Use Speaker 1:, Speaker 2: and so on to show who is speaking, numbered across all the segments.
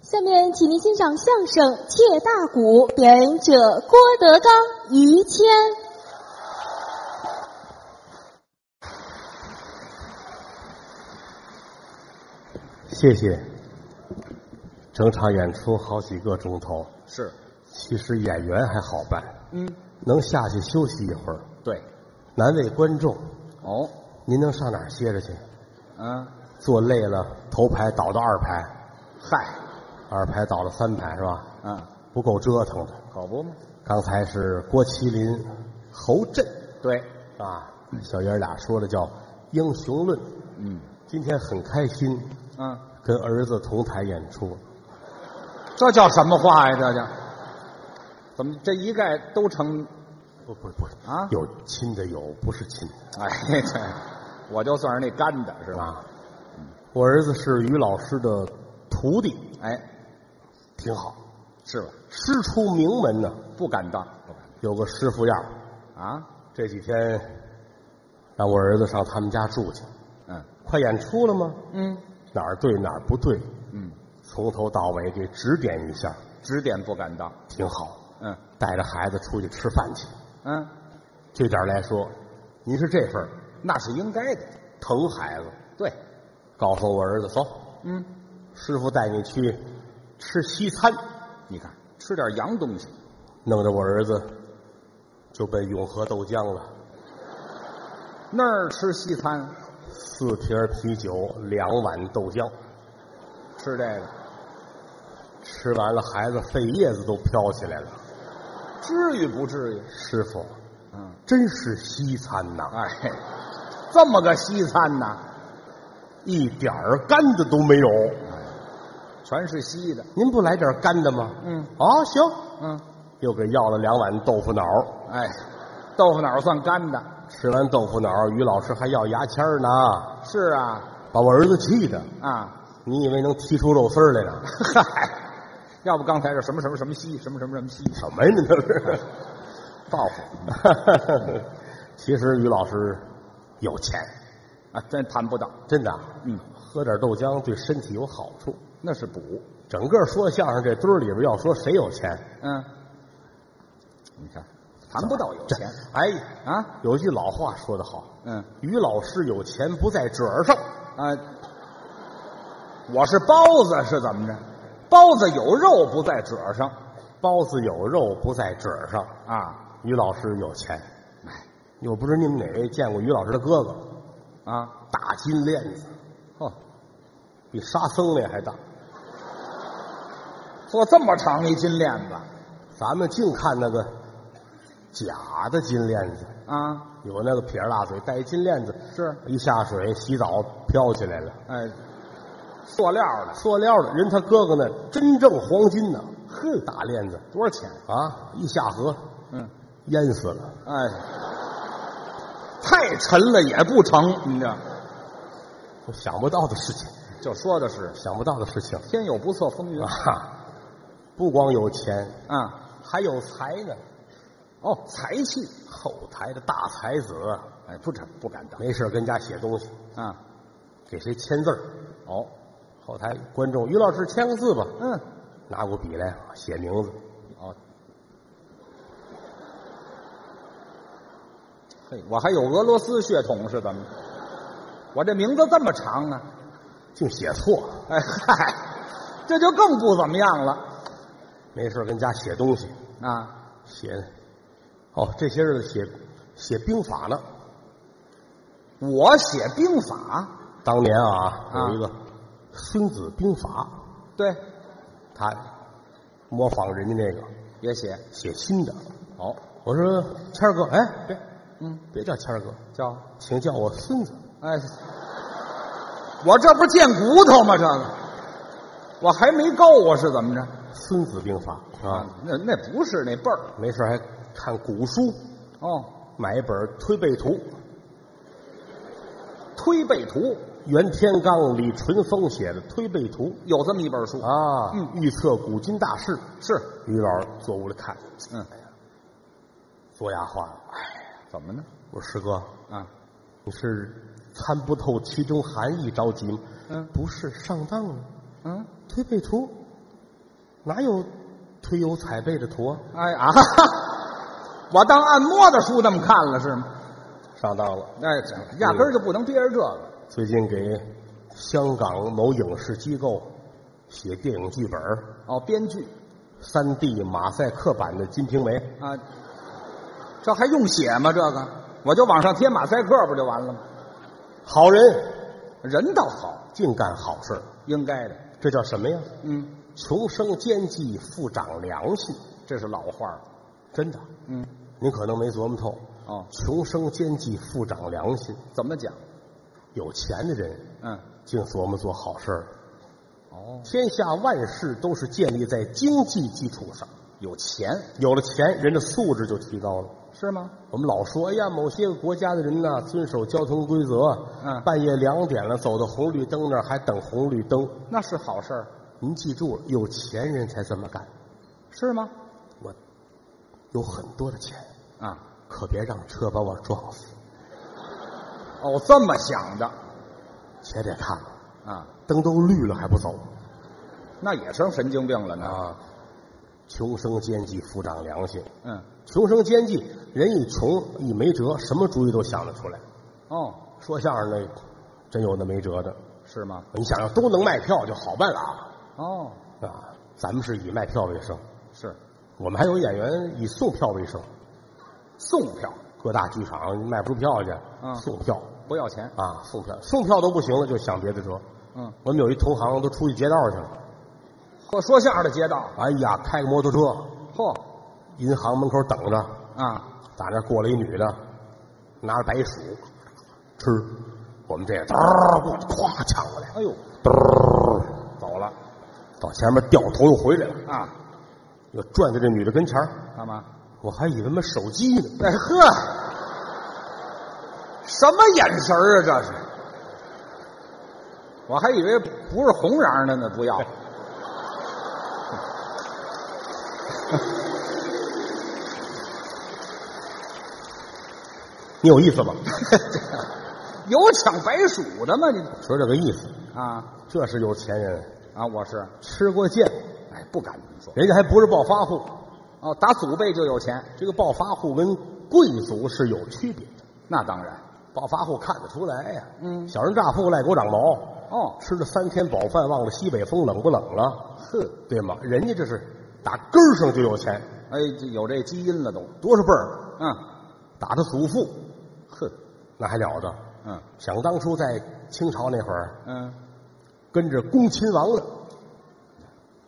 Speaker 1: 下面，请您欣赏相声《借大鼓》，表演者郭德纲、于谦。
Speaker 2: 谢谢。整场演出好几个钟头，
Speaker 3: 是，
Speaker 2: 其实演员还好办，
Speaker 3: 嗯，
Speaker 2: 能下去休息一会儿，
Speaker 3: 对，
Speaker 2: 难为观众。
Speaker 3: 哦，
Speaker 2: 您能上哪儿歇着去？
Speaker 3: 嗯，
Speaker 2: 坐累了，头排倒到二排，
Speaker 3: 嗨，
Speaker 2: 二排倒到三排是吧？
Speaker 3: 嗯，
Speaker 2: 不够折腾的。
Speaker 3: 可不吗？
Speaker 2: 刚才是郭麒麟、侯震
Speaker 3: 对，
Speaker 2: 啊，小爷儿俩说的叫英雄论。
Speaker 3: 嗯
Speaker 2: 今天很开心，
Speaker 3: 嗯，
Speaker 2: 跟儿子同台演出，
Speaker 3: 这叫什么话呀？这叫，怎么这一概都成？
Speaker 2: 不不不
Speaker 3: 啊
Speaker 2: 有亲的有不是亲的
Speaker 3: 哎，这我就算是那干的是吧？
Speaker 2: 啊。我儿子是于老师的徒弟，
Speaker 3: 哎，
Speaker 2: 挺好，
Speaker 3: 是吧？
Speaker 2: 师出名门呢，
Speaker 3: 不敢当，不敢
Speaker 2: 有个师傅样儿。
Speaker 3: 当啊，
Speaker 2: 这几天让我儿子上他们家住去，
Speaker 3: 嗯
Speaker 2: 快演出了吗？
Speaker 3: 嗯
Speaker 2: 哪儿对哪儿不对，
Speaker 3: 嗯，
Speaker 2: 从头到尾给指点一下，
Speaker 3: 指点不敢当，
Speaker 2: 挺好。
Speaker 3: 嗯
Speaker 2: 带着孩子出去吃饭去，
Speaker 3: 嗯，
Speaker 2: 这点儿来说，您是这份儿
Speaker 3: 那是应该的，
Speaker 2: 疼孩子。
Speaker 3: 对，
Speaker 2: 告诉我儿子走，
Speaker 3: 嗯，
Speaker 2: 师傅带你去吃西餐，
Speaker 3: 你看吃点洋东西，
Speaker 2: 弄得我儿子就奔永和豆浆了，
Speaker 3: 那儿吃西餐，
Speaker 2: 四瓶啤酒，两碗豆浆，
Speaker 3: 吃这个，
Speaker 2: 吃完了，孩子肺叶子都飘起来了。
Speaker 3: 至于不至于？
Speaker 2: 师傅，
Speaker 3: 嗯。
Speaker 2: 真是西餐呐，
Speaker 3: 哎，这么个西餐呐，
Speaker 2: 一点儿干的都没有。
Speaker 3: 全是稀的。
Speaker 2: 您不来点儿干的吗？
Speaker 3: 嗯
Speaker 2: 啊，行，
Speaker 3: 嗯，
Speaker 2: 又给要了两碗豆腐脑儿。
Speaker 3: 哎，豆腐脑儿算干的。
Speaker 2: 吃完豆腐脑儿，于老师还要牙签儿呢，
Speaker 3: 是啊，
Speaker 2: 把我儿子气的。
Speaker 3: 啊，
Speaker 2: 你以为能踢出肉丝儿来呢？
Speaker 3: 嗨，要不刚才是什么什么什么稀，什么什么什么稀，
Speaker 2: 什么呀？那都 是。
Speaker 3: 报复
Speaker 2: 其实于老师有钱，
Speaker 3: 啊，真谈不到。
Speaker 2: 真的啊，
Speaker 3: 嗯，
Speaker 2: 喝点豆浆对身体有好处。
Speaker 3: 那是补。
Speaker 2: 整个说相声这堆儿里边，要说谁有钱，
Speaker 3: 嗯，你看，谈不到有
Speaker 2: 这
Speaker 3: 钱
Speaker 2: 哎，
Speaker 3: 啊。
Speaker 2: 有句老话说得好，
Speaker 3: 嗯
Speaker 2: 于老师有钱不在褶儿上。
Speaker 3: 啊，我是包子是怎么着？包子有肉不在褶儿上
Speaker 2: 包子有肉不在褶儿上，
Speaker 3: 啊哎
Speaker 2: 于老师有钱。我不知你们哪位见过于老师的哥哥，
Speaker 3: 啊！
Speaker 2: 大金链子，
Speaker 3: 哦，
Speaker 2: 比沙僧那还大。
Speaker 3: 做这么长一金链子。
Speaker 2: 咱们净看那个假的金链子，
Speaker 3: 啊，
Speaker 2: 有那个撇着大嘴戴一金链子，
Speaker 3: 是
Speaker 2: 一下水洗澡飘起来了。
Speaker 3: 哎，塑料的，
Speaker 2: 塑料的人他哥哥那真正黄金呢，呵，大链子
Speaker 3: 多少钱？
Speaker 2: 啊，一下河
Speaker 3: 嗯，
Speaker 2: 淹死了。
Speaker 3: 哎，太沉了也不成，你这
Speaker 2: 我想不到的事情，
Speaker 3: 就说的是
Speaker 2: 想不到的事情
Speaker 3: 天有不测风云
Speaker 2: 啊！不光有钱，
Speaker 3: 啊，
Speaker 2: 还有才呢，
Speaker 3: 哦，才气，
Speaker 2: 后台的大才子，
Speaker 3: 哎，不敢不敢当
Speaker 2: 没事跟家写东西，
Speaker 3: 啊，
Speaker 2: 给谁签字儿
Speaker 3: 哦，
Speaker 2: 后台观众于老师签个字吧，
Speaker 3: 嗯，
Speaker 2: 拿过笔来写名字。
Speaker 3: 哦，嘿，我还有俄罗斯血统是怎么？我这名字这么长呢？
Speaker 2: 净写错，
Speaker 3: 哎嗨，这就更不怎么样了
Speaker 2: 没事跟家写东西，
Speaker 3: 啊！
Speaker 2: 写哦，这些日子写写兵法呢。
Speaker 3: 我写兵法，
Speaker 2: 当年啊，
Speaker 3: 啊
Speaker 2: 有一个《孙子兵法
Speaker 3: 对，》，
Speaker 2: 他模仿人家那个
Speaker 3: 也写。
Speaker 2: 写新的。
Speaker 3: 好，
Speaker 2: 我说谦儿哥，哎，别
Speaker 3: 嗯，
Speaker 2: 别叫谦儿哥，
Speaker 3: 叫
Speaker 2: 请叫我孙子。
Speaker 3: 哎，我这不是贱骨头吗？这个我还没够啊，是怎么着？
Speaker 2: 《孙子兵法》啊，，
Speaker 3: 那那不是那辈儿
Speaker 2: 没事还看古书，
Speaker 3: 哦，
Speaker 2: 买一本《推背图》，
Speaker 3: 推背图
Speaker 2: 袁天罡、李淳风写的《推背图
Speaker 3: 有这么一本书》，
Speaker 2: 啊，
Speaker 3: 嗯
Speaker 2: 预测古今大事。
Speaker 3: 是，
Speaker 2: 于老师坐屋里看，
Speaker 3: 嗯，
Speaker 2: 左牙花了。哎
Speaker 3: 怎么呢？
Speaker 2: 我说师哥，
Speaker 3: 啊，
Speaker 2: 你是参不透其中含义着急吗？
Speaker 3: 嗯
Speaker 2: 不是上当了。
Speaker 3: 嗯，
Speaker 2: 推背图哪有推油踩背的图啊？
Speaker 3: 哎啊，哈哈我当按摩的书那么看了是吗？
Speaker 2: 上当了。
Speaker 3: 哎，这压根儿就不能憋着这个。
Speaker 2: 最近给香港某影视机构写电影剧本，
Speaker 3: 哦，编剧
Speaker 2: 三 D 马赛克版的《金瓶梅》，
Speaker 3: 啊，这还用写吗？这个我就往上贴马赛克不就完了吗？
Speaker 2: 好人
Speaker 3: 人倒好，
Speaker 2: 净干好事儿，
Speaker 3: 应该的。
Speaker 2: 这叫什么呀？
Speaker 3: 嗯，
Speaker 2: 求生兼济，富长良心，
Speaker 3: 这是老话儿。
Speaker 2: 真的，
Speaker 3: 嗯，
Speaker 2: 您可能没琢磨透。
Speaker 3: 哦，
Speaker 2: 穷生兼济，富长良心。
Speaker 3: 怎么讲？
Speaker 2: 有钱的人
Speaker 3: 嗯，
Speaker 2: 净琢磨做好事儿，
Speaker 3: 哦，
Speaker 2: 天下万事都是建立在经济基础上。
Speaker 3: 有钱
Speaker 2: 有了钱，人的素质就提高了。
Speaker 3: 是吗？
Speaker 2: 我们老说，哎呀，某些个国家的人呐，遵守交通规则，
Speaker 3: 嗯
Speaker 2: 半夜两点了，走到红绿灯那儿还等红绿灯。
Speaker 3: 那是好事儿，
Speaker 2: 您记住了，有钱人才这么干。
Speaker 3: 是吗？
Speaker 2: 我有很多的钱，
Speaker 3: 啊，
Speaker 2: 可别让车把我撞死。
Speaker 3: 哦，这么想的
Speaker 2: 且得看，
Speaker 3: 啊，
Speaker 2: 灯都绿了还不走
Speaker 3: 那也成神经病了呢。
Speaker 2: 啊！穷生奸计，富长良心。
Speaker 3: 嗯，
Speaker 2: 穷生奸计，人一穷一没辙，什么主意都想得出来。
Speaker 3: 哦，
Speaker 2: 说相声的真有那没辙的，
Speaker 3: 是吗？
Speaker 2: 你想要都能卖票就好办了啊！
Speaker 3: 哦，
Speaker 2: 啊，咱们是以卖票为生，
Speaker 3: 是
Speaker 2: 我们还有演员以送票为生，
Speaker 3: 送票
Speaker 2: 各大剧场卖不出票去，
Speaker 3: 嗯
Speaker 2: 送票
Speaker 3: 不要钱。
Speaker 2: 啊，送票，送票都不行了，就想别的辙。
Speaker 3: 嗯，
Speaker 2: 我们有一同行都出去劫道去了，
Speaker 3: 和说相声的街道，
Speaker 2: 哎呀，开个摩托车，
Speaker 3: 嚯
Speaker 2: 银行门口等着，
Speaker 3: 啊，
Speaker 2: 打那过来一女的，拿着白薯吃，我们这也嘚儿过去，咵抢过来，
Speaker 3: 哎呦
Speaker 2: 嘚儿走了，到前面掉头又回来了，
Speaker 3: 啊，
Speaker 2: 又转到这女的跟前儿
Speaker 3: 干嘛？
Speaker 2: 我还以为买手机呢，
Speaker 3: 哎呵，什么眼神儿啊这是？我还以为不是红瓤的呢，不要。
Speaker 2: 你有意思吧？
Speaker 3: 有抢白薯的吗？你
Speaker 2: 说这个意思，
Speaker 3: 啊
Speaker 2: 这是有钱人
Speaker 3: 啊，我是，
Speaker 2: 吃过见，
Speaker 3: 哎，不敢这么说。
Speaker 2: 人家还不是暴发户，
Speaker 3: 哦，打祖辈就有钱，
Speaker 2: 这个暴发户跟贵族是有区别的，
Speaker 3: 那当然。
Speaker 2: 暴发户看得出来呀、
Speaker 3: 嗯
Speaker 2: 小人乍富，赖狗长毛，
Speaker 3: 哦，
Speaker 2: 吃了三天饱饭，忘了西北风冷不冷了。
Speaker 3: 呵，
Speaker 2: 对吗？人家这是打根儿上就有钱，
Speaker 3: 哎，这有这基因了都。
Speaker 2: 多少辈儿
Speaker 3: 嗯，
Speaker 2: 打他祖父，
Speaker 3: 呵，
Speaker 2: 那还了得？
Speaker 3: 嗯
Speaker 2: 想当初在清朝那会儿，
Speaker 3: 嗯，
Speaker 2: 跟着恭亲王的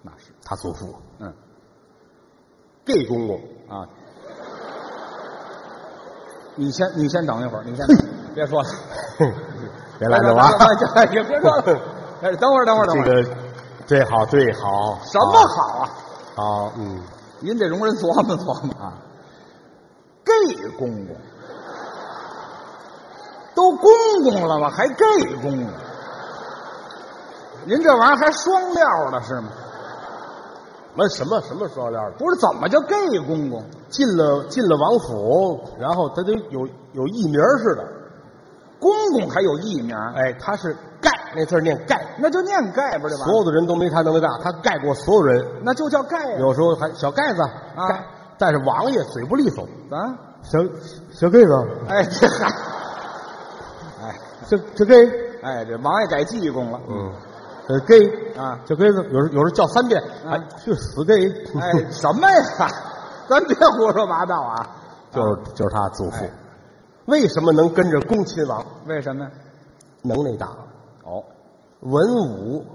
Speaker 3: 那是，
Speaker 2: 他祖父
Speaker 3: 嗯
Speaker 2: 这公公，
Speaker 3: 啊。你先，你先等一会儿，你先 等，别说了，
Speaker 2: 哼别 拦着我啊！
Speaker 3: 哎别别说了， 哎，等会儿，等会儿，等
Speaker 2: 这
Speaker 3: 会儿，
Speaker 2: 个对好对好，
Speaker 3: 什么好啊？
Speaker 2: 好？好嗯，
Speaker 3: 您得容人琢磨琢磨啊。gay 公公，都公公了吗？还 gay 公公？您这玩意儿还双料了是吗？
Speaker 2: 什么什么什么双料的？
Speaker 3: 不是怎么叫 gay 公公？
Speaker 2: 进了进了王府，然后他得有有艺名儿似的。
Speaker 3: 公公还有艺名，
Speaker 2: 哎，他是盖那字儿念盖，
Speaker 3: 那就念盖不就完
Speaker 2: 所有
Speaker 3: 了？
Speaker 2: 的人都没他能耐大，他盖过所有人。
Speaker 3: 那就叫盖啊呀、
Speaker 2: 有时候还小盖子啊盖，但是王爷嘴不利索，
Speaker 3: 啊！
Speaker 2: 小小盖子，
Speaker 3: 哎，这嗨，
Speaker 2: 这这盖，
Speaker 3: 哎，这王爷改济公了，
Speaker 2: 嗯，呃盖
Speaker 3: 啊，
Speaker 2: 小盖子，有时有时候叫三遍，
Speaker 3: 啊
Speaker 2: 哎，就死盖，
Speaker 3: 哎，什么呀？咱别胡说八道啊！
Speaker 2: 就是就是他祖父
Speaker 3: 哎，
Speaker 2: 为什么能跟着恭亲王？
Speaker 3: 为什么呀？
Speaker 2: 能耐大，
Speaker 3: 哦，
Speaker 2: 文武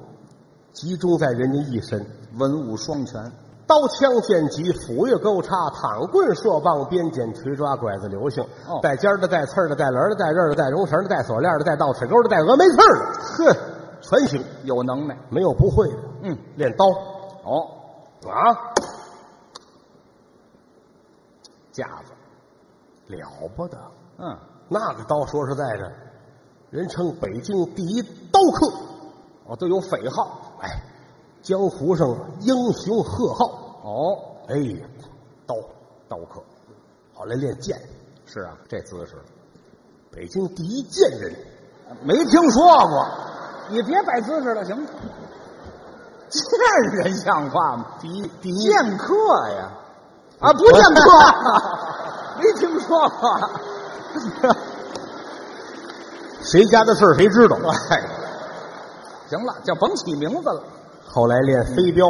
Speaker 2: 集中在人家一身，
Speaker 3: 文武双全，
Speaker 2: 刀枪剑戟斧钺钩叉躺棍槊棒鞭锏锤抓拐子流星
Speaker 3: 哦，
Speaker 2: 带尖儿的带刺儿的带轮儿的带刃儿的带绒绳儿的带锁链儿的带倒齿钩的带峨眉刺儿的，
Speaker 3: 呵，
Speaker 2: 全行。
Speaker 3: 有能耐。
Speaker 2: 没有不会的，
Speaker 3: 嗯，
Speaker 2: 练刀
Speaker 3: 哦，
Speaker 2: 啊，
Speaker 3: 架子，
Speaker 2: 了不得！
Speaker 3: 嗯，
Speaker 2: 那个刀说实在的，人称北京第一刀客，
Speaker 3: 哦，都有匪号。
Speaker 2: 哎，江湖上英雄贺号，
Speaker 3: 哦，
Speaker 2: 哎，刀
Speaker 3: 刀客
Speaker 2: 好来练剑，
Speaker 3: 是啊，这姿势
Speaker 2: 北京第一剑人，
Speaker 3: 没听说过，你别摆姿势了，行吗？见人像话吗？
Speaker 2: 第一第一，
Speaker 3: 见客呀，啊，不见客， 没听说过。
Speaker 2: 谁家的事儿谁知道？
Speaker 3: 哎，行了，就甭起名字了。
Speaker 2: 后来练飞镖，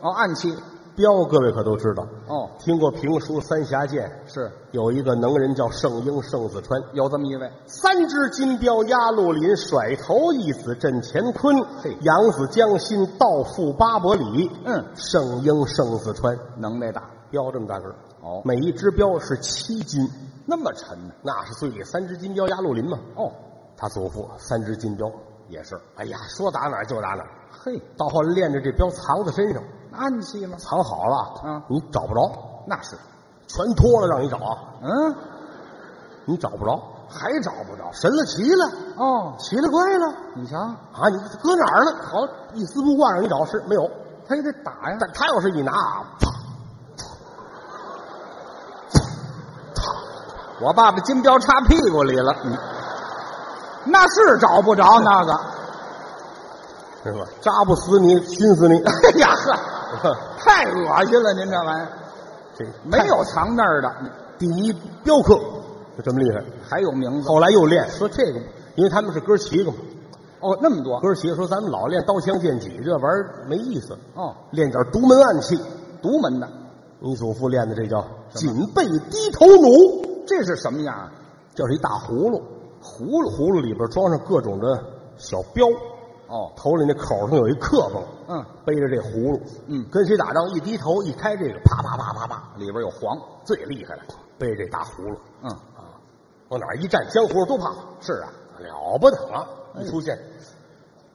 Speaker 3: 哦，暗器，
Speaker 2: 镖各位可都知道，
Speaker 3: 哦，
Speaker 2: 听过评书《三峡剑》，
Speaker 3: 是
Speaker 2: 有一个能人叫盛英盛子川，
Speaker 3: 有这么一位，
Speaker 2: 三只金镖压陆林，甩头一子震乾坤
Speaker 3: 嘿，
Speaker 2: 扬子江心倒覆八百里。
Speaker 3: 嗯，
Speaker 2: 盛英盛子川，
Speaker 3: 能耐大，
Speaker 2: 镖这么大个儿，
Speaker 3: 哦
Speaker 2: 每一只镖是七斤，
Speaker 3: 那么沉呢。
Speaker 2: 那是最里三只金镖压陆林嘛。
Speaker 3: 哦，
Speaker 2: 他祖父三只金镖也是，哎呀，说打哪儿就打哪儿。
Speaker 3: 嘿，
Speaker 2: 到后来练着这镖藏在身上，
Speaker 3: 暗器吗？
Speaker 2: 藏好了，
Speaker 3: 嗯
Speaker 2: 你找不着，
Speaker 3: 那是，
Speaker 2: 全脱了让你找，
Speaker 3: 嗯，
Speaker 2: 你找不着，
Speaker 3: 还找不着。
Speaker 2: 神了奇了，
Speaker 3: 哦，
Speaker 2: 奇了怪了
Speaker 3: 你瞧，
Speaker 2: 啊！你搁哪儿了？好，一丝不挂让你找是没有，
Speaker 3: 他也得打呀。
Speaker 2: 但他要是一拿，啪，
Speaker 3: 我爸爸金镖插屁股里了，嗯那是找不着那个。
Speaker 2: 是吧？扎不死你，熏死你！
Speaker 3: 哎呀呵，太恶心了，您这玩意儿
Speaker 2: 这
Speaker 3: 没有藏那儿的，
Speaker 2: 第一镖客就这么厉害。
Speaker 3: 还有名字
Speaker 2: 后来又练，说这个，因为他们是哥儿七个嘛，
Speaker 3: 哦，那么多
Speaker 2: 哥儿七个说咱们老练刀枪剑戟这玩意儿没意思，
Speaker 3: 哦，
Speaker 2: 练点独门暗器。
Speaker 3: 独门的，
Speaker 2: 你祖父练的这叫锦背低头弩，
Speaker 3: 这是什么样啊？
Speaker 2: 这是一大葫芦，葫芦葫芦里边装上各种的小镖，
Speaker 3: 哦，
Speaker 2: 头里那口上有一刻棒，
Speaker 3: 嗯，
Speaker 2: 背着这葫芦，
Speaker 3: 嗯
Speaker 2: 跟谁打仗一低头一开这个，啪啪啪啪啪，
Speaker 3: 里边有黄，
Speaker 2: 最厉害了，背着这大葫芦
Speaker 3: 嗯，
Speaker 2: 啊，往哪儿一站，江湖上都怕，
Speaker 3: 是啊，
Speaker 2: 了不得啊！
Speaker 3: 哎
Speaker 2: 一出现，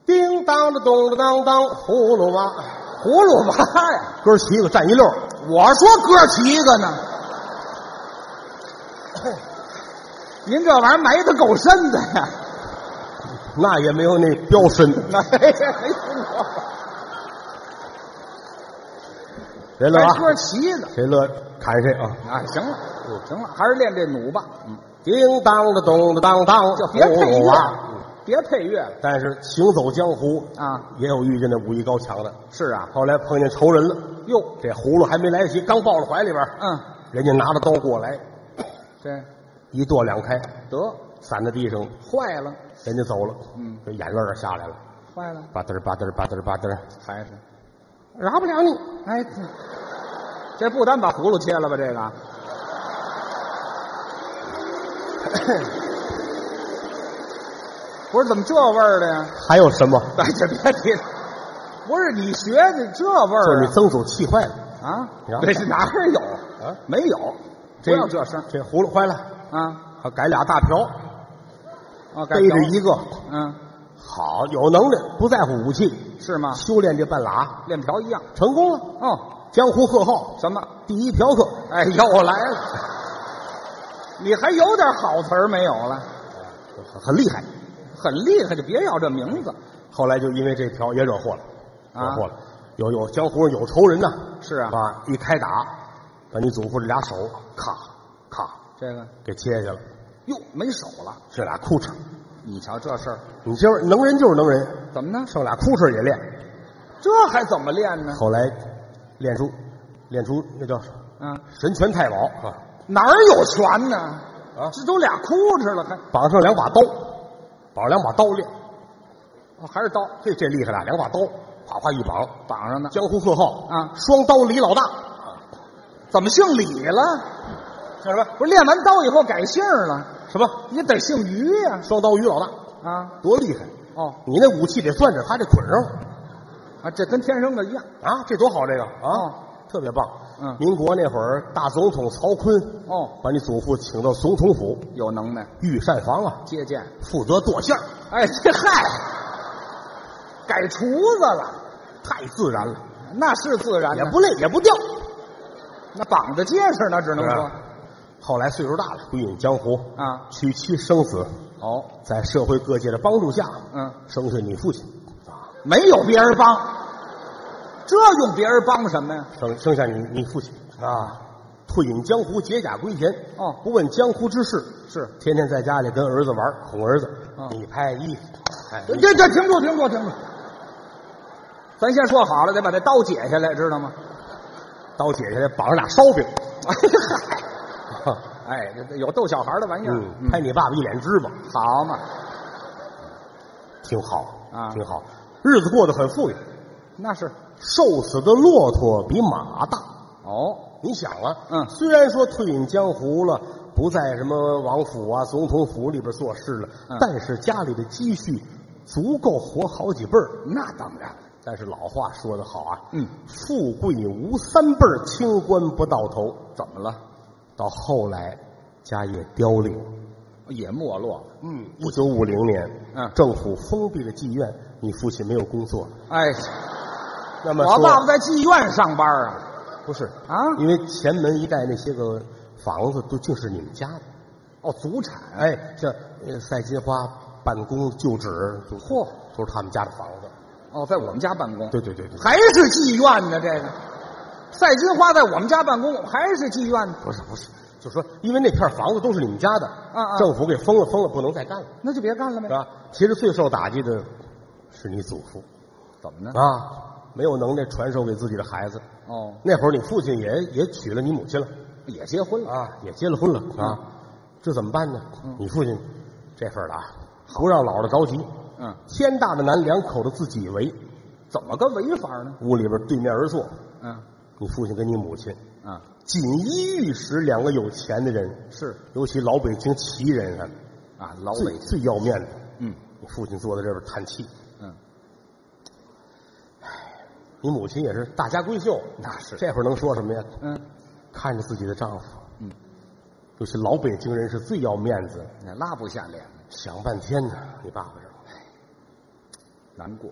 Speaker 2: 叮当的咚的当当，葫芦娃，
Speaker 3: 葫芦娃呀，
Speaker 2: 哥儿七个站一溜儿，
Speaker 3: 我说哥七个呢。哦您这玩意儿埋的够深的呀！
Speaker 2: 那也没有那镖深，
Speaker 3: 哎呀，没听说过，
Speaker 2: 谁乐
Speaker 3: 还
Speaker 2: 啊？
Speaker 3: 哥七个
Speaker 2: 谁乐砍谁啊？
Speaker 3: 啊！行了，行了，还是练这弩吧。嗯，
Speaker 2: 叮当的咚的当当，
Speaker 3: 就别配
Speaker 2: 葫芦
Speaker 3: 乐
Speaker 2: 娃。嗯
Speaker 3: 了，别配乐了
Speaker 2: 但是行走江湖，
Speaker 3: 啊！
Speaker 2: 也有遇见那武艺高强的。
Speaker 3: 是啊，
Speaker 2: 后来碰见仇人了，
Speaker 3: 哟，
Speaker 2: 这葫芦还没来得及，刚抱到怀里边，
Speaker 3: 嗯，
Speaker 2: 人家拿着刀过来，
Speaker 3: 这
Speaker 2: 一剁两开，
Speaker 3: 得
Speaker 2: 散在地上，
Speaker 3: 坏了，
Speaker 2: 人家走了。
Speaker 3: 嗯，
Speaker 2: 这眼泪儿下来了，
Speaker 3: 坏了，
Speaker 2: 吧嗒儿吧嗒儿吧嗒儿吧嗒儿，
Speaker 3: 还是
Speaker 2: 饶不了你。
Speaker 3: 哎，这这不单把葫芦切了吧？这个 不是怎么这味儿的 呀？
Speaker 2: 还有什么？
Speaker 3: 哎，这别提了，不是你学的这味
Speaker 2: 就是
Speaker 3: 儿
Speaker 2: 你曾祖气坏了
Speaker 3: 啊？啊
Speaker 2: 你看
Speaker 3: 这是哪儿有
Speaker 2: 啊？
Speaker 3: 没有，不要这声
Speaker 2: 这葫芦坏了，
Speaker 3: 啊！
Speaker 2: 还改俩大瓢，
Speaker 3: 啊，该
Speaker 2: 背着
Speaker 3: 着
Speaker 2: 一个，
Speaker 3: 嗯，
Speaker 2: 好有能耐，不在乎武器，
Speaker 3: 是吗？
Speaker 2: 修炼这半拉
Speaker 3: 练瓢一样
Speaker 2: 成功了，
Speaker 3: 哦，
Speaker 2: 江湖贺号
Speaker 3: 什么？
Speaker 2: 第一嫖客。
Speaker 3: 哎，又来了，你还有点好词儿没有了？
Speaker 2: 很 很厉害。
Speaker 3: 很厉害，就别要这名字。
Speaker 2: 后来就因为这条也惹祸了，
Speaker 3: 啊
Speaker 2: 惹祸了。有有江湖上有仇人呐，
Speaker 3: 是啊
Speaker 2: 啊，一开打，把你祖父这俩手咔咔
Speaker 3: 这个
Speaker 2: 给切下了，
Speaker 3: 哟，没手了。
Speaker 2: 剩俩裤衩。
Speaker 3: 你瞧这事儿
Speaker 2: 你今儿能人就是能人，
Speaker 3: 怎么呢？
Speaker 2: 剩俩裤衩也练。
Speaker 3: 这还怎么练呢？
Speaker 2: 后来练出练出那叫
Speaker 3: 啊，
Speaker 2: 神拳太保啊，
Speaker 3: 哪儿有拳呢？
Speaker 2: 啊
Speaker 3: 这都俩哭哧了，还
Speaker 2: 绑上两把刀，绑上两把刀练，
Speaker 3: 哦还是刀
Speaker 2: 这这厉害了，两把刀哗哗一绑，
Speaker 3: 绑上呢？
Speaker 2: 江湖贺号
Speaker 3: 啊
Speaker 2: 双刀李老大，
Speaker 3: 怎么姓李了？
Speaker 2: 叫什么
Speaker 3: 不是练完刀以后改姓了？
Speaker 2: 什么
Speaker 3: 也得姓于呀、
Speaker 2: 双刀于老大。
Speaker 3: 啊！
Speaker 2: 多厉害！
Speaker 3: 哦
Speaker 2: 你那武器得攥着他这捆上
Speaker 3: 啊，这跟天生的一样。
Speaker 2: 啊，这多好这个啊，
Speaker 3: 哦
Speaker 2: 特别棒。
Speaker 3: 嗯
Speaker 2: 民国那会儿，大总统曹锟
Speaker 3: 哦，
Speaker 2: 把你祖父请到总统府
Speaker 3: 有能耐，
Speaker 2: 御膳房啊，
Speaker 3: 接见。
Speaker 2: 负责剁馅儿，
Speaker 3: 哎，这嗨，改厨子了，
Speaker 2: 太自然了，
Speaker 3: 啊那是自然
Speaker 2: 也
Speaker 3: 的，
Speaker 2: 不累也不掉。
Speaker 3: 那绑得结实呢，只能说
Speaker 2: 啊后来岁数大了，归隐江湖，
Speaker 3: 啊。
Speaker 2: 娶妻生子，
Speaker 3: 哦，
Speaker 2: 在社会各界的帮助下，
Speaker 3: 嗯，
Speaker 2: 生下你父亲，
Speaker 3: 没有别人帮，这用别人帮什么呀？
Speaker 2: 生生下你你父亲啊。退隐江湖，解甲归田。
Speaker 3: 哦
Speaker 2: 不问江湖之事，
Speaker 3: 是
Speaker 2: 天天在家里跟儿子玩儿，哄儿子。
Speaker 3: 嗯
Speaker 2: 你拍一，哎
Speaker 3: 这这停住停住停住，咱先说好了，得把这刀解下来，知道吗？
Speaker 2: 刀解下来绑上俩烧饼，
Speaker 3: 哎，这这有逗小孩的玩意儿，
Speaker 2: 嗯，拍你爸爸一脸芝麻，
Speaker 3: 好嘛？
Speaker 2: 挺好
Speaker 3: 啊
Speaker 2: 挺好，日子过得很富裕。
Speaker 3: 那是
Speaker 2: 瘦死的骆驼比马大，
Speaker 3: 哦，
Speaker 2: 你想啊，
Speaker 3: 嗯
Speaker 2: 虽然说退隐江湖了，不在什么王府啊、总统府里边做事了，
Speaker 3: 嗯
Speaker 2: 但是家里的积蓄足够活好几辈儿。
Speaker 3: 那当然，
Speaker 2: 但是老话说得好啊，
Speaker 3: 嗯，
Speaker 2: 富贵无三辈儿，清官不到头。
Speaker 3: 怎么了？
Speaker 2: 到后来，家业凋零。
Speaker 3: 也没落了。
Speaker 2: 嗯，一九五零年，
Speaker 3: 嗯
Speaker 2: 政府封闭了妓院，你父亲没有工作。
Speaker 3: 哎，
Speaker 2: 那么
Speaker 3: 我
Speaker 2: 说
Speaker 3: 爸爸在妓院上班啊，
Speaker 2: 不是
Speaker 3: 啊
Speaker 2: 因为前门一带那些个房子都竟是你们家的。
Speaker 3: 哦，祖产，
Speaker 2: 哎，这呃赛金花办公旧址，都嚯，都是他们家的房子。
Speaker 3: 哦，在我们家办公，
Speaker 2: 对对对对，
Speaker 3: 还是妓院呢？这个赛金花在我们家办公，还是妓院呢？
Speaker 2: 不是不是，就说因为那片房子都是你们家的，
Speaker 3: 啊
Speaker 2: 政府给封了，封了不能再干了，
Speaker 3: 那就别干了呗
Speaker 2: 是。吧？其实最受打击的是你祖父
Speaker 3: 怎么呢？
Speaker 2: 啊，没有能耐传授给自己的孩子。
Speaker 3: 哦，
Speaker 2: 那会儿你父亲也也娶了你母亲了
Speaker 3: 也结婚了，
Speaker 2: 啊，也结了婚了啊，这怎么办呢？你父亲这份儿的啊，不让老的着急，
Speaker 3: 嗯，
Speaker 2: 天大的难，两口子自己以为，
Speaker 3: 怎么个违法呢？
Speaker 2: 屋里边对面而坐，
Speaker 3: 嗯
Speaker 2: 你父亲跟你母亲
Speaker 3: 嗯，
Speaker 2: 锦衣玉食，两个有钱的人，
Speaker 3: 是
Speaker 2: 尤其老北京旗人啊，
Speaker 3: 啊，老
Speaker 2: 最
Speaker 3: 北京，
Speaker 2: 最要面子。
Speaker 3: 嗯
Speaker 2: 你父亲坐在这边叹气，
Speaker 3: 嗯，
Speaker 2: 你母亲也是大家闺秀，
Speaker 3: 那是
Speaker 2: 这会儿能说什么呀？
Speaker 3: 嗯，
Speaker 2: 看着自己的丈夫，
Speaker 3: 嗯，
Speaker 2: 尤其老北京人是最要面子，
Speaker 3: 那拉不下脸，
Speaker 2: 想半天呢。你爸爸这儿，
Speaker 3: 难过。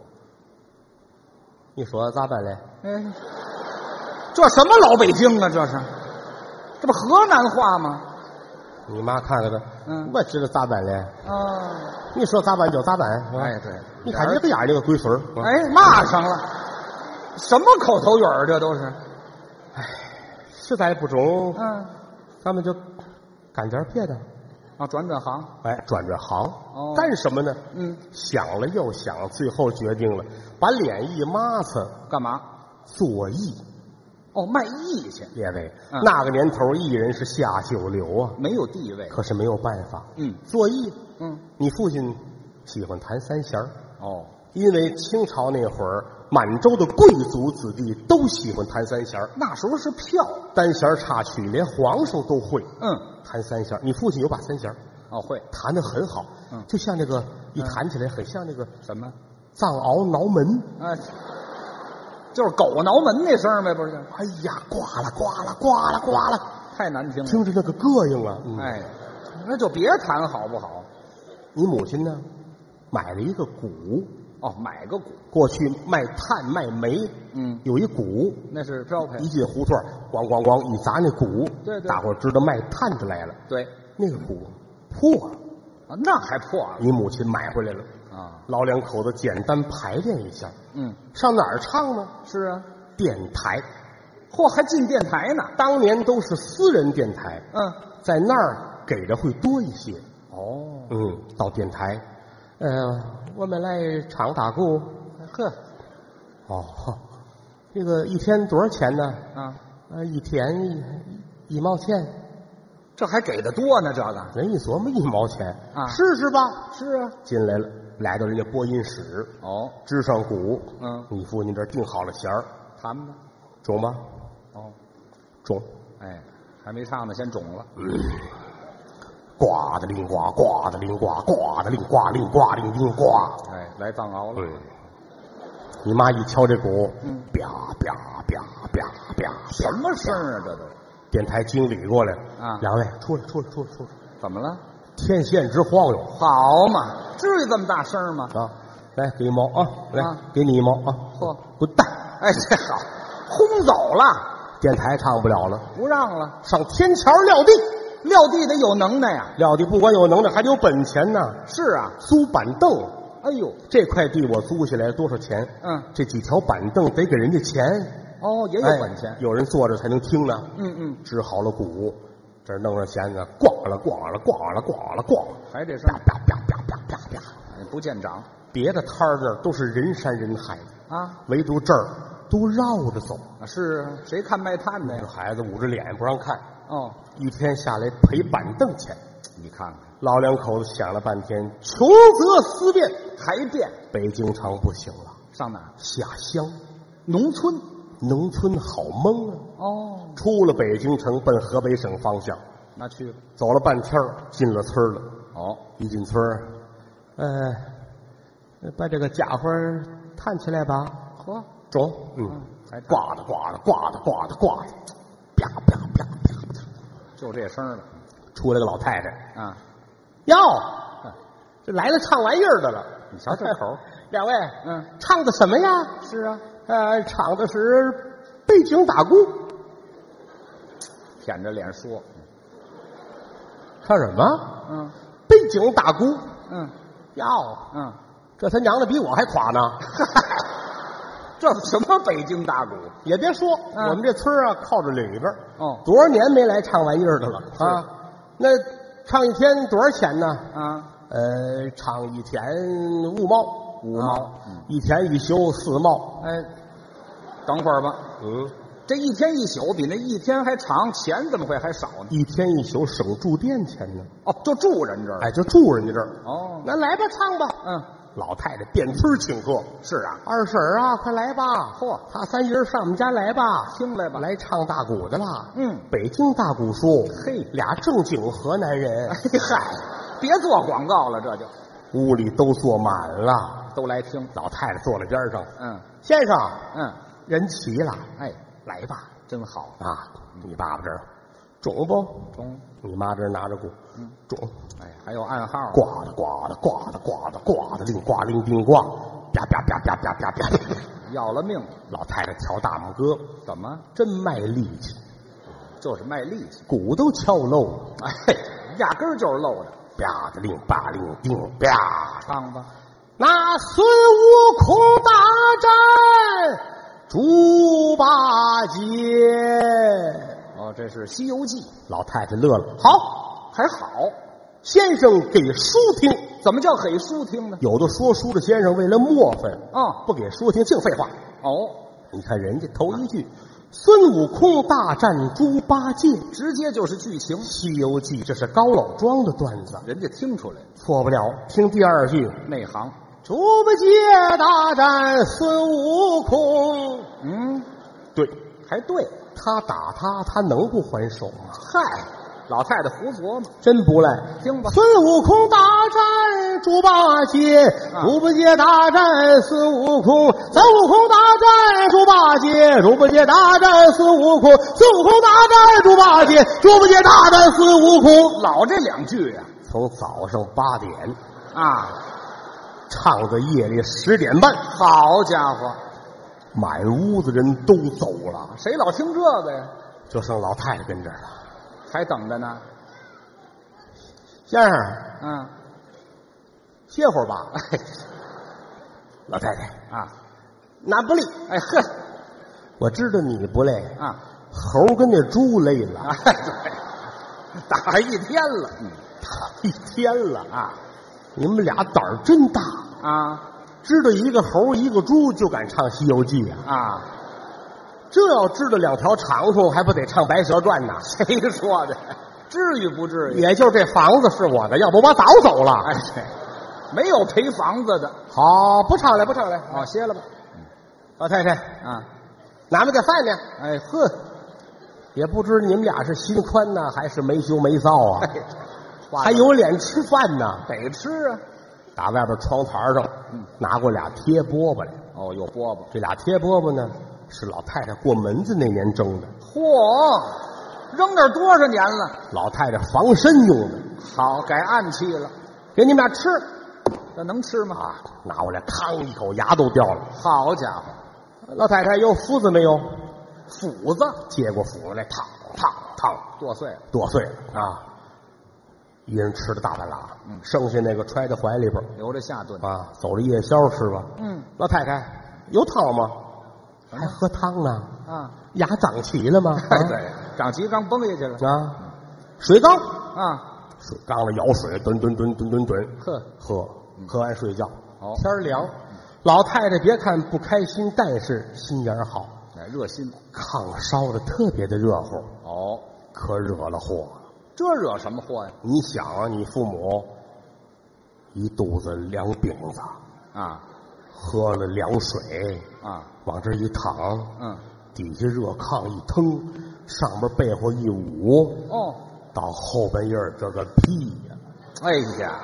Speaker 2: 你说咋办嘞？
Speaker 3: 哎，这什么老北京啊？这是，这不河南话吗？
Speaker 2: 你妈看看他，
Speaker 3: 嗯
Speaker 2: 我知道咋办嘞。
Speaker 3: 啊，
Speaker 2: 你说咋办就咋办，是吧
Speaker 3: 哎对
Speaker 2: 你看你这个眼儿，这个龟孙儿，是吧
Speaker 3: 哎，骂上了，什么口头语儿？这都是，
Speaker 2: 实在不中，
Speaker 3: 嗯，
Speaker 2: 咱们就干点别的。
Speaker 3: 啊，转转行，
Speaker 2: 哎，转转行，
Speaker 3: 哦
Speaker 2: 干什么呢？
Speaker 3: 嗯，
Speaker 2: 想了又想，最后决定了，把脸一抹擦，
Speaker 3: 干嘛？
Speaker 2: 做艺。
Speaker 3: 哦，卖艺去，
Speaker 2: 列位，
Speaker 3: 嗯
Speaker 2: 那个年头，艺人是下九流啊，
Speaker 3: 没有地位。
Speaker 2: 可是没有办法，
Speaker 3: 嗯
Speaker 2: 做艺。
Speaker 3: 嗯，
Speaker 2: 你父亲喜欢弹三弦儿
Speaker 3: 哦，
Speaker 2: 因为清朝那会儿，满洲的贵族子弟都喜欢弹三弦儿
Speaker 3: 那时候是票，
Speaker 2: 单弦儿插曲，连皇上都会
Speaker 3: 嗯，
Speaker 2: 弹三弦儿你父亲有把三弦儿
Speaker 3: 哦会
Speaker 2: 弹得很好，
Speaker 3: 嗯
Speaker 2: 就像那个一弹起来，很像那个
Speaker 3: 什么？
Speaker 2: 藏獒挠门。
Speaker 3: 啊，就是狗挠门那声儿呗，不是？
Speaker 2: 哎呀，呱啦呱啦呱啦呱啦，
Speaker 3: 太难听了。
Speaker 2: 听着那个膈应啊！嗯，
Speaker 3: 哎，那就别谈好不好？
Speaker 2: 你母亲呢，买了一个鼓，
Speaker 3: 哦，买个鼓，
Speaker 2: 过去卖炭卖煤，
Speaker 3: 嗯
Speaker 2: 有一鼓，
Speaker 3: 那是标配
Speaker 2: 一。进胡同儿，咣咣咣一砸那鼓，
Speaker 3: 对对
Speaker 2: 大伙儿知道卖炭的来了，
Speaker 3: 对，
Speaker 2: 那个鼓破了，
Speaker 3: 啊，那还破了
Speaker 2: 你母亲买回来了，
Speaker 3: 啊？
Speaker 2: 老两口子简单排练一下，
Speaker 3: 嗯，
Speaker 2: 上哪儿唱呢？
Speaker 3: 是啊，
Speaker 2: 电台，
Speaker 3: 嚯，还进电台呢。
Speaker 2: 当年都是私人电台，
Speaker 3: 嗯，
Speaker 2: 在那儿给的会多一些。
Speaker 3: 哦，
Speaker 2: 嗯，到电台，呃，我们来唱大鼓。
Speaker 3: 呵，
Speaker 2: 哦，呵这个一天多少钱呢？
Speaker 3: 啊，
Speaker 2: 呃，一天一一毛钱。
Speaker 3: 这还给的多呢，这个
Speaker 2: 人一琢磨，一毛钱
Speaker 3: 啊
Speaker 2: 试试吧。
Speaker 3: 是啊。
Speaker 2: 进来了，来到人家播音室，
Speaker 3: 哦，
Speaker 2: 支上鼓。
Speaker 3: 嗯
Speaker 2: 你父亲这儿定好了弦儿，
Speaker 3: 谈吧。
Speaker 2: 中吗？
Speaker 3: 哦，
Speaker 2: 中。
Speaker 3: 哎，还没唱呢，先肿了。
Speaker 2: 呱的铃呱，呱的铃呱，呱的铃呱，铃呱铃铃呱。
Speaker 3: 哎，来藏獒了。
Speaker 2: 嗯，你妈一敲这鼓，
Speaker 3: 嗯
Speaker 2: 啪啪啪啪啪，
Speaker 3: 什么声儿啊？这都
Speaker 2: 电台经理过来
Speaker 3: 啊
Speaker 2: 两位出来出来出来出来，
Speaker 3: 怎么了？
Speaker 2: 天线直晃悠
Speaker 3: 好嘛，至于这么大声吗？
Speaker 2: 啊！来给一毛啊，来、
Speaker 3: 啊
Speaker 2: 给你一毛啊，
Speaker 3: 嚯
Speaker 2: 滚蛋！
Speaker 3: 哎，这好，轰走了，
Speaker 2: 电台唱不了了，
Speaker 3: 不让了。
Speaker 2: 上天桥撂地，
Speaker 3: 撂地得有能耐呀、
Speaker 2: 撂地不光有能耐，还得有本钱呢。
Speaker 3: 是啊，
Speaker 2: 租板凳，
Speaker 3: 哎呦，
Speaker 2: 这块地我租下来多少钱？
Speaker 3: 嗯
Speaker 2: 这几条板凳得给人家钱，
Speaker 3: 哦，也有
Speaker 2: 哎
Speaker 3: 本钱。
Speaker 2: 有人坐着才能听呢。
Speaker 3: 嗯嗯，
Speaker 2: 支好了鼓，这儿弄上弦子，咣了咣了咣了咣了咣了，
Speaker 3: 还这声
Speaker 2: 啪，啪啪啪啪啪啪。
Speaker 3: 哎不见长
Speaker 2: 别的摊儿那儿都是人山人海，
Speaker 3: 啊，
Speaker 2: 唯独这儿都绕着走。
Speaker 3: 是啊，谁看卖炭的
Speaker 2: 这
Speaker 3: 呀？
Speaker 2: 孩子捂着脸不让看，
Speaker 3: 哦，
Speaker 2: 一天下来赔板凳钱。
Speaker 3: 你看看，
Speaker 2: 老两口子想了半天，穷则思变，
Speaker 3: 还变
Speaker 2: 北京城不行了，
Speaker 3: 上哪儿？
Speaker 2: 下乡，
Speaker 3: 农村
Speaker 2: 农村好蒙啊！
Speaker 3: 哦，
Speaker 2: 出了北京城，奔河北省方向，
Speaker 3: 那去吧。
Speaker 2: 走了半天儿进了村儿了。
Speaker 3: 哦，
Speaker 2: 一进村儿，呃，把这个家伙儿探起来吧，
Speaker 3: 呵，
Speaker 2: 中，嗯
Speaker 3: 嗯，还探
Speaker 2: 挂的挂的挂的挂的挂的，啪啪啪啪啪，
Speaker 3: 就这声儿了
Speaker 2: 出来个老太太，
Speaker 3: 啊！
Speaker 2: 哟，嗯这来了唱玩意儿的 了，
Speaker 3: 你瞧这口儿，
Speaker 2: 两位，
Speaker 3: 嗯，
Speaker 2: 唱的什么呀？
Speaker 3: 是啊，
Speaker 2: 呃，唱的是背景打工。
Speaker 3: 舔着脸说，
Speaker 2: 唱什么？
Speaker 3: 嗯
Speaker 2: 背景打工。
Speaker 3: 嗯
Speaker 2: 哟，
Speaker 3: 嗯，
Speaker 2: 这他娘的比我还垮 呢！
Speaker 3: 这什么北京大鼓？
Speaker 2: 也别说，
Speaker 3: 嗯
Speaker 2: 我们这村儿啊靠着里边儿
Speaker 3: 哦
Speaker 2: 多少年没来唱玩意儿的了
Speaker 3: 是
Speaker 2: 啊！那唱一天多少钱呢？
Speaker 3: 啊，
Speaker 2: 呃，唱一天五毛，
Speaker 3: 五毛
Speaker 2: 啊
Speaker 3: 嗯
Speaker 2: 一天一宿四毛。
Speaker 3: 哎，等会儿吧，
Speaker 2: 嗯，
Speaker 3: 这一天一宿比那一天还长，钱怎么会还少呢？
Speaker 2: 一天一宿省住店钱呢。
Speaker 3: 哦，就住人这儿。
Speaker 2: 哎，就住人家这儿。
Speaker 3: 哦，
Speaker 2: 嗯那来吧，唱吧。
Speaker 3: 嗯，
Speaker 2: 老太太遍村儿请客，
Speaker 3: 是啊，
Speaker 2: 二婶儿啊，快来吧！
Speaker 3: 嚯
Speaker 2: 他三姨儿上我们家来吧，
Speaker 3: 听来吧
Speaker 2: 来唱大鼓的啦。
Speaker 3: 嗯
Speaker 2: 北京大鼓叔，
Speaker 3: 嘿
Speaker 2: 俩正经河南人。
Speaker 3: 哎嗨，别做广告了，这就
Speaker 2: 屋里都坐满了，
Speaker 3: 都来听。
Speaker 2: 老太太坐在边上，
Speaker 3: 嗯
Speaker 2: 先生，
Speaker 3: 嗯，
Speaker 2: 人齐了，
Speaker 3: 哎，
Speaker 2: 来吧。
Speaker 3: 真好。
Speaker 2: 啊，你爸爸这儿中不？
Speaker 3: 中，
Speaker 2: 你妈这儿拿着鼓，中，
Speaker 3: 哎，还有暗号。
Speaker 2: 挂的挂的挂的挂的挂的，令挂令叮挂，啪啪啪啪啪啪啪。
Speaker 3: 要了命，
Speaker 2: 老太太瞧大拇哥，
Speaker 3: 怎么？
Speaker 2: 真卖力气。
Speaker 3: 就是卖力气。
Speaker 2: 鼓都敲漏了，
Speaker 3: 哎，压根儿就是漏着。
Speaker 2: 啪的令吧令叮啪。
Speaker 3: 唱吧，
Speaker 2: 那孙悟空大战猪八戒，
Speaker 3: 哦，这是《西游记》，
Speaker 2: 老太太乐了。好，
Speaker 3: 还好。
Speaker 2: 先生给书听。
Speaker 3: 怎么叫给书听呢？
Speaker 2: 有的说书的先生为了墨粉
Speaker 3: 哦
Speaker 2: 不给书听，净废话。
Speaker 3: 哦，
Speaker 2: 你看人家头一句，孙悟空大战猪八戒，《
Speaker 3: 直接就是剧情，
Speaker 2: 西游记》，这是高老庄的段子，
Speaker 3: 人家听出来了，
Speaker 2: 错不了。听第二句，
Speaker 3: 内行。
Speaker 2: 猪八戒大战孙悟空。
Speaker 3: 嗯，
Speaker 2: 对
Speaker 3: 还对。
Speaker 2: 他打他，他能不还手吗？
Speaker 3: 嗨，老太太胡琢磨，
Speaker 2: 真不赖。
Speaker 3: 听吧。
Speaker 2: 孙悟空大战猪八戒，
Speaker 3: 啊
Speaker 2: 猪八戒大战孙悟空，孙悟空大战猪八戒，猪八戒大战孙悟空，孙悟空大战猪八戒，猪八戒大战孙悟空。
Speaker 3: 老这两句呀、
Speaker 2: 从早上八点
Speaker 3: 啊，
Speaker 2: 唱到夜里十点半，
Speaker 3: 好家伙，
Speaker 2: 满屋子人都走了，
Speaker 3: 谁老听这个呀？
Speaker 2: 就剩老太太跟这儿了。
Speaker 3: 还等着呢。
Speaker 2: 先生，
Speaker 3: 嗯
Speaker 2: 歇会儿吧。老太太，
Speaker 3: 啊，
Speaker 2: 那不累，
Speaker 3: 哎呵
Speaker 2: 我知道你不累，
Speaker 3: 啊，
Speaker 2: 猴跟那猪累了，
Speaker 3: 哎对， 打一天了。嗯
Speaker 2: 一天了。
Speaker 3: 啊
Speaker 2: 你们俩胆儿真大，
Speaker 3: 啊
Speaker 2: 知道一个猴一个猪就敢唱《西游记》啊！
Speaker 3: 啊，
Speaker 2: 这要知道两条长虫，还不得唱《白蛇传》呢？
Speaker 3: 谁说的？至于不至于？
Speaker 2: 也就这房子是我的，要不我早走了。
Speaker 3: 哎，对，没有赔房子的。
Speaker 2: 好，不唱了，不唱了。
Speaker 3: 哦，歇了吧。
Speaker 2: 老太太，
Speaker 3: 啊，
Speaker 2: 俺们这饭呢？
Speaker 3: 哎呵，
Speaker 2: 呵，也不知你们俩是心宽呢，还是没羞没臊啊？还有脸吃饭呢？
Speaker 3: 哎得吃啊。
Speaker 2: 打外边窗台上
Speaker 3: 嗯
Speaker 2: 拿过俩贴饽饽来，
Speaker 3: 哦，有饽饽。
Speaker 2: 这俩贴饽饽呢是老太太过门子那年蒸的，
Speaker 3: 嚯，扔那儿多少年了？
Speaker 2: 老太太防身用的。
Speaker 3: 好，改暗器了。
Speaker 2: 给你们俩吃
Speaker 3: 这能吃吗？
Speaker 2: 啊！拿过来，吭一口，牙都掉了。
Speaker 3: 好家伙，
Speaker 2: 老太太有斧子没有？
Speaker 3: 斧子
Speaker 2: 接过斧子来，烫烫烫，
Speaker 3: 剁碎了。
Speaker 2: 剁碎了啊！一人吃的大半拉，
Speaker 3: 嗯
Speaker 2: 剩下那个揣在怀里边儿
Speaker 3: 留着下顿。
Speaker 2: 啊，走着夜宵吃吧。
Speaker 3: 嗯
Speaker 2: 老太太有汤吗？
Speaker 3: 什么
Speaker 2: 还喝汤呢？
Speaker 3: 啊，
Speaker 2: 牙长齐了吗？
Speaker 3: 哎嗯 对，长齐刚崩下去了
Speaker 2: 啊，水缸，
Speaker 3: 啊，
Speaker 2: 水缸里舀水，吨吨吨吨吨吨，
Speaker 3: 呵，
Speaker 2: 喝，喝完睡觉
Speaker 3: 好。
Speaker 2: 天儿凉，老太太别看不开心，但是心眼儿好，
Speaker 3: 哎，热心
Speaker 2: 炕烧的特别的热乎，
Speaker 3: 哦，
Speaker 2: 可惹了祸了。
Speaker 3: 这惹什么祸呀？
Speaker 2: 你想啊，你父母一肚子凉饼子，
Speaker 3: 啊
Speaker 2: 喝了凉水，
Speaker 3: 啊，
Speaker 2: 往这一躺，
Speaker 3: 嗯，
Speaker 2: 底下热炕一腾，上面被窝一捂，
Speaker 3: 哦，
Speaker 2: 到后半夜儿这个屁呀、
Speaker 3: 哎呀，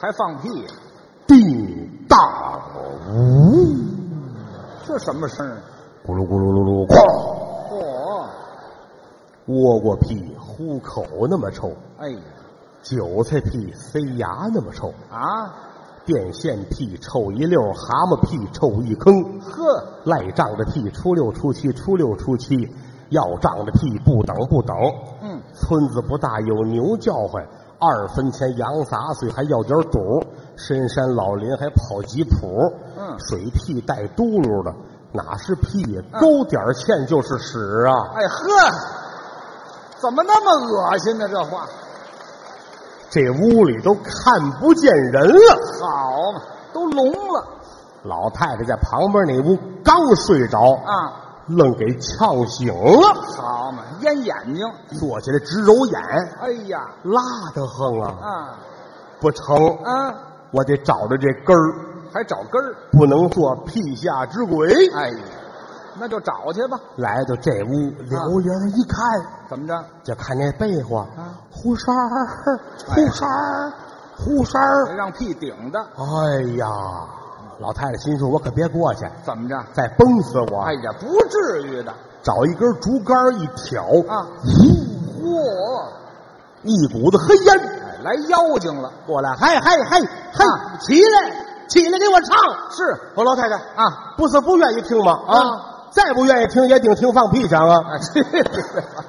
Speaker 3: 还放屁，
Speaker 2: 叮当呜，
Speaker 3: 这什么声儿？啊
Speaker 2: 咕噜咕噜噜噜，哐，
Speaker 3: 嚯，
Speaker 2: 窝过屁，呼口那么臭，
Speaker 3: 哎呀，
Speaker 2: 韭菜屁塞牙那么臭，
Speaker 3: 啊，
Speaker 2: 电线屁臭一溜儿，蛤蟆屁臭一坑。
Speaker 3: 呵，
Speaker 2: 赖账的屁，初六初七，初六初七，要账的屁，不等不等。
Speaker 3: 嗯，
Speaker 2: 村子不大，有牛叫唤，二分钱羊杂碎还要点赌，深山老林还跑吉普。
Speaker 3: 嗯
Speaker 2: 水屁带嘟噜的，哪是屁呀？勾点儿芡就是屎啊！
Speaker 3: 哎呵，怎么那么恶心呢？这话，
Speaker 2: 这屋里都看不见人了。
Speaker 3: 好嘛，都聋了
Speaker 2: 老太太在旁边那屋刚睡着，
Speaker 3: 啊，
Speaker 2: 愣给呛醒了，
Speaker 3: 好嘛，淹眼睛，
Speaker 2: 坐起来直揉眼，
Speaker 3: 哎呀，
Speaker 2: 辣得慌啊！
Speaker 3: 啊
Speaker 2: 不成，
Speaker 3: 啊，
Speaker 2: 我得找着这根儿，
Speaker 3: 还找根儿，
Speaker 2: 不能做屁下之鬼。
Speaker 3: 哎呀，那就找去吧，
Speaker 2: 来到这屋，留眼一看，
Speaker 3: 怎么着？
Speaker 2: 就看那被窝
Speaker 3: 啊，
Speaker 2: 胡三儿，
Speaker 3: 哎
Speaker 2: 胡三儿，胡三
Speaker 3: 得
Speaker 2: 儿。
Speaker 3: 让屁顶着，
Speaker 2: 哎呀，老太太心说：“我可别过去，
Speaker 3: 怎么着？
Speaker 2: 再崩死我
Speaker 3: 哎！”呀，不至于的
Speaker 2: 找一根竹竿一挑，
Speaker 3: 啊！嚯，
Speaker 2: 一股子黑烟
Speaker 3: 哎，来妖精了，
Speaker 2: 过来，嘿嘿嘿嘿
Speaker 3: 啊，
Speaker 2: 起来，起来，给我唱！
Speaker 3: 是
Speaker 2: 我老太太
Speaker 3: 啊，
Speaker 2: 不是不愿意听吗？
Speaker 3: 啊
Speaker 2: 啊，再不愿意听也顶听放屁响啊！
Speaker 3: 啊，去你的吧